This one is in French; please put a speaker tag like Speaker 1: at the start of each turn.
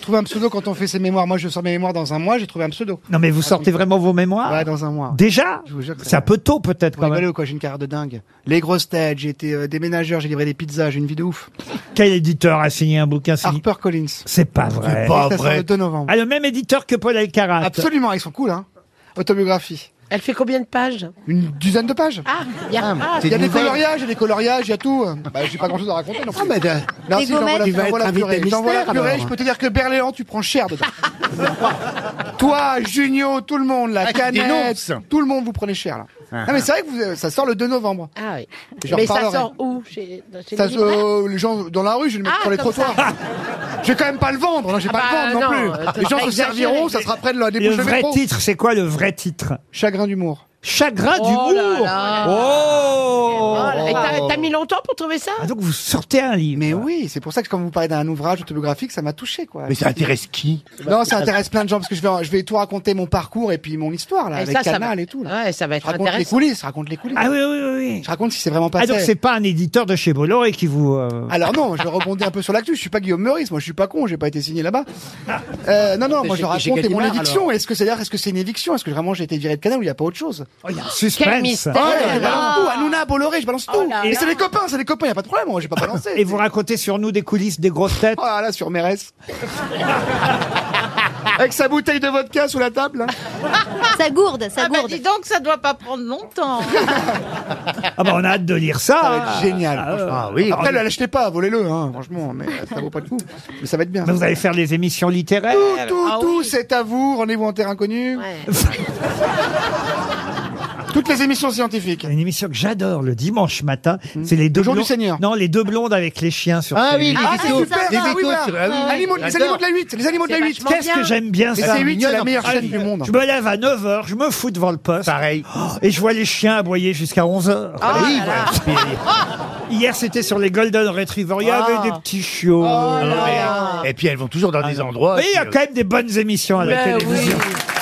Speaker 1: trouve un pseudo quand on fait ses mémoires. Moi, je sors mes mémoires dans un mois, j'ai trouvé un pseudo.
Speaker 2: Non, mais vous sortez vraiment vos
Speaker 3: Ah.
Speaker 2: mémoires
Speaker 1: Ah, Ouais, dans un mois.
Speaker 2: Déjà
Speaker 1: Je vous jure que
Speaker 2: C'est un peu tôt, peut-être,
Speaker 1: Vous
Speaker 2: quand
Speaker 1: rigolez
Speaker 2: même.
Speaker 1: ou quoi J'ai une carrière de dingue. Les grosses têtes, j'ai été euh, déménageur, j'ai livré des pizzas, j'ai une vie de ouf.
Speaker 2: Quel éditeur a signé un bouquin signé
Speaker 1: Harper Collins.
Speaker 2: C'est pas vrai.
Speaker 3: pas
Speaker 1: Ça sort
Speaker 3: vrai.
Speaker 1: le 2 novembre.
Speaker 2: Ah, le même éditeur que Paul Elkarat.
Speaker 1: Absolument, ils sont cool, hein. Autobiographie.
Speaker 4: Elle fait combien de pages
Speaker 1: Une dizaine de pages.
Speaker 4: Ah, il y a... ah,
Speaker 1: Il y a des
Speaker 3: nouvelle.
Speaker 1: coloriages, il y a des coloriages, il y a tout. Bah, j'ai pas grand chose à raconter non plus.
Speaker 3: Ah, mais de-
Speaker 1: Non,
Speaker 5: Des
Speaker 1: si, j'en vois la- j'en vois
Speaker 5: gommettes.
Speaker 3: Il va
Speaker 1: la
Speaker 3: être invité
Speaker 1: purée. J'en vois la
Speaker 3: mystère,
Speaker 1: purée,
Speaker 3: alors.
Speaker 1: je peux te dire que Berléand, tu prends cher dedans. Toi, Junio, tout le monde, la
Speaker 3: Ah, qui dénonce.
Speaker 1: canette, tout le monde, vous prenez cher là. Non,
Speaker 3: ah.
Speaker 1: mais c'est vrai que vous- euh, ça sort le 2 novembre.
Speaker 4: ah oui.
Speaker 1: J'en
Speaker 4: Mais ça
Speaker 1: reparlerai.
Speaker 4: sort où chez, chez
Speaker 1: Ça,
Speaker 4: le libraire
Speaker 1: euh, les gens dans la rue, je vais le mettre
Speaker 4: Ah,
Speaker 1: sur les
Speaker 4: comme
Speaker 1: trottoirs. je vais quand même pas le vendre, hein, je vais
Speaker 4: Ah
Speaker 1: pas
Speaker 4: bah,
Speaker 1: le vendre
Speaker 4: non,
Speaker 1: non,
Speaker 4: euh,
Speaker 1: plus. Les
Speaker 4: t'as
Speaker 1: gens se
Speaker 4: exagéré.
Speaker 1: serviront, ça sera près de la des
Speaker 2: Le
Speaker 1: bouches de
Speaker 2: vrai
Speaker 1: métro.
Speaker 2: titre, c'est quoi le vrai titre
Speaker 1: Chagrin d'humour.
Speaker 2: Chagrin
Speaker 4: Oh
Speaker 2: d'humour
Speaker 4: là là.
Speaker 2: Oh
Speaker 4: Oh là, Et t'as t'as mis longtemps pour trouver ça
Speaker 2: Ah, donc vous sortez un livre.
Speaker 1: Mais oui, c'est pour ça que quand vous parlez d'un ouvrage autobiographique, ça m'a touché quoi.
Speaker 3: Mais ça intéresse qui
Speaker 1: Non, ça intéresse plein de gens parce que je vais, je vais tout raconter mon parcours et puis mon histoire là,
Speaker 4: Et
Speaker 1: avec
Speaker 4: ça, ça
Speaker 1: Canal
Speaker 4: va-
Speaker 1: et tout. là.
Speaker 4: Ouais, ça va
Speaker 1: Je
Speaker 4: être
Speaker 1: raconte les
Speaker 4: intéressant.
Speaker 1: coulisses, je raconte les coulisses.
Speaker 2: Ah oui, oui, oui. oui.
Speaker 1: Je raconte si c'est vraiment
Speaker 2: Ah
Speaker 1: passé.
Speaker 2: donc c'est pas un éditeur de chez Bolloré qui vous... euh,
Speaker 1: Alors non, je rebondis un peu sur l'actu. Je suis pas Guillaume Meurice, moi je suis pas con, j'ai pas été signé là-bas. Euh, non, non, moi je
Speaker 3: Chez- chez
Speaker 1: raconte et mon
Speaker 3: Gallimard,
Speaker 1: éviction. Est-ce que c'est d'ailleurs, est-ce que c'est une éviction Est-ce que vraiment j'ai été viré de Canal ou il y a pas autre chose
Speaker 2: Oh, il y a un
Speaker 4: Quel
Speaker 2: suspense
Speaker 4: mystère
Speaker 1: Ouais, je balance tout. Hanouna, Bolloré, je balance tout.
Speaker 4: là
Speaker 1: et
Speaker 4: là.
Speaker 1: c'est des copains, c'est des copains, y a pas de problème. Moi j'ai pas balancé.
Speaker 2: Et vous racontez sur nous des coulisses, des grosses têtes
Speaker 1: Oh là là, sur Mérès. Avec sa bouteille de vodka sous la table. hein. là.
Speaker 5: Ça gourde, ça
Speaker 6: Ah bah
Speaker 5: gourde.
Speaker 6: dis donc, ça doit pas prendre longtemps.
Speaker 2: Ah bah on a hâte de lire ça,
Speaker 1: Ça va
Speaker 2: hein.
Speaker 1: être génial.
Speaker 2: Ah,
Speaker 1: franchement.
Speaker 2: euh,
Speaker 3: Ah oui.
Speaker 1: Après, le l'achetez pas, volez-le, hein, franchement, mais ça vaut pas le coup. Mais ça va être bien.
Speaker 2: bah, Vous allez faire les émissions littéraires
Speaker 1: Tout, tout,
Speaker 4: Ah
Speaker 1: tout,
Speaker 4: oui.
Speaker 1: c'est à vous. Rendez-vous en terre inconnue.
Speaker 4: Ouais.
Speaker 1: Toutes les émissions scientifiques.
Speaker 2: une émission que j'adore le dimanche matin, c'est les deux
Speaker 1: Le jour
Speaker 2: blondes.
Speaker 1: du Seigneur.
Speaker 2: Non, les deux blondes avec les chiens sur
Speaker 3: Ah
Speaker 2: C8.
Speaker 3: oui, les
Speaker 5: Ah,
Speaker 3: étos.
Speaker 5: ça, ça,
Speaker 3: Les
Speaker 5: ça,
Speaker 3: étos
Speaker 1: oui, voilà.
Speaker 3: sur- ah oui,
Speaker 1: Les animaux, les
Speaker 3: j'adore.
Speaker 1: animaux de la 8, les animaux de la
Speaker 4: C'est
Speaker 1: 8.
Speaker 4: vachement
Speaker 2: Qu'est-ce que
Speaker 4: bien.
Speaker 2: j'aime bien
Speaker 1: Ah, Et
Speaker 2: ça.
Speaker 1: c'est 8, c'est la
Speaker 3: mignonne.
Speaker 1: meilleure
Speaker 2: Ah,
Speaker 1: chaîne du monde.
Speaker 2: Je me lève à 9h, je me fous devant le poste Oh,
Speaker 3: Pareil.
Speaker 2: et je vois les chiens aboyer jusqu'à 11h.
Speaker 4: Ah
Speaker 3: Oui,
Speaker 4: là
Speaker 3: voilà.
Speaker 4: là.
Speaker 2: Hier, c'était sur les Golden Retrievers, il y
Speaker 4: Ah.
Speaker 2: avait des petits chiots.
Speaker 3: Ah, Non, mais- Et puis elles vont toujours dans des endroits.
Speaker 2: Mais il y a
Speaker 3: qui-
Speaker 6: Bah
Speaker 3: euh,
Speaker 2: quand même des bonnes émissions à la
Speaker 4: Mais
Speaker 2: télévision.
Speaker 4: Ben oui.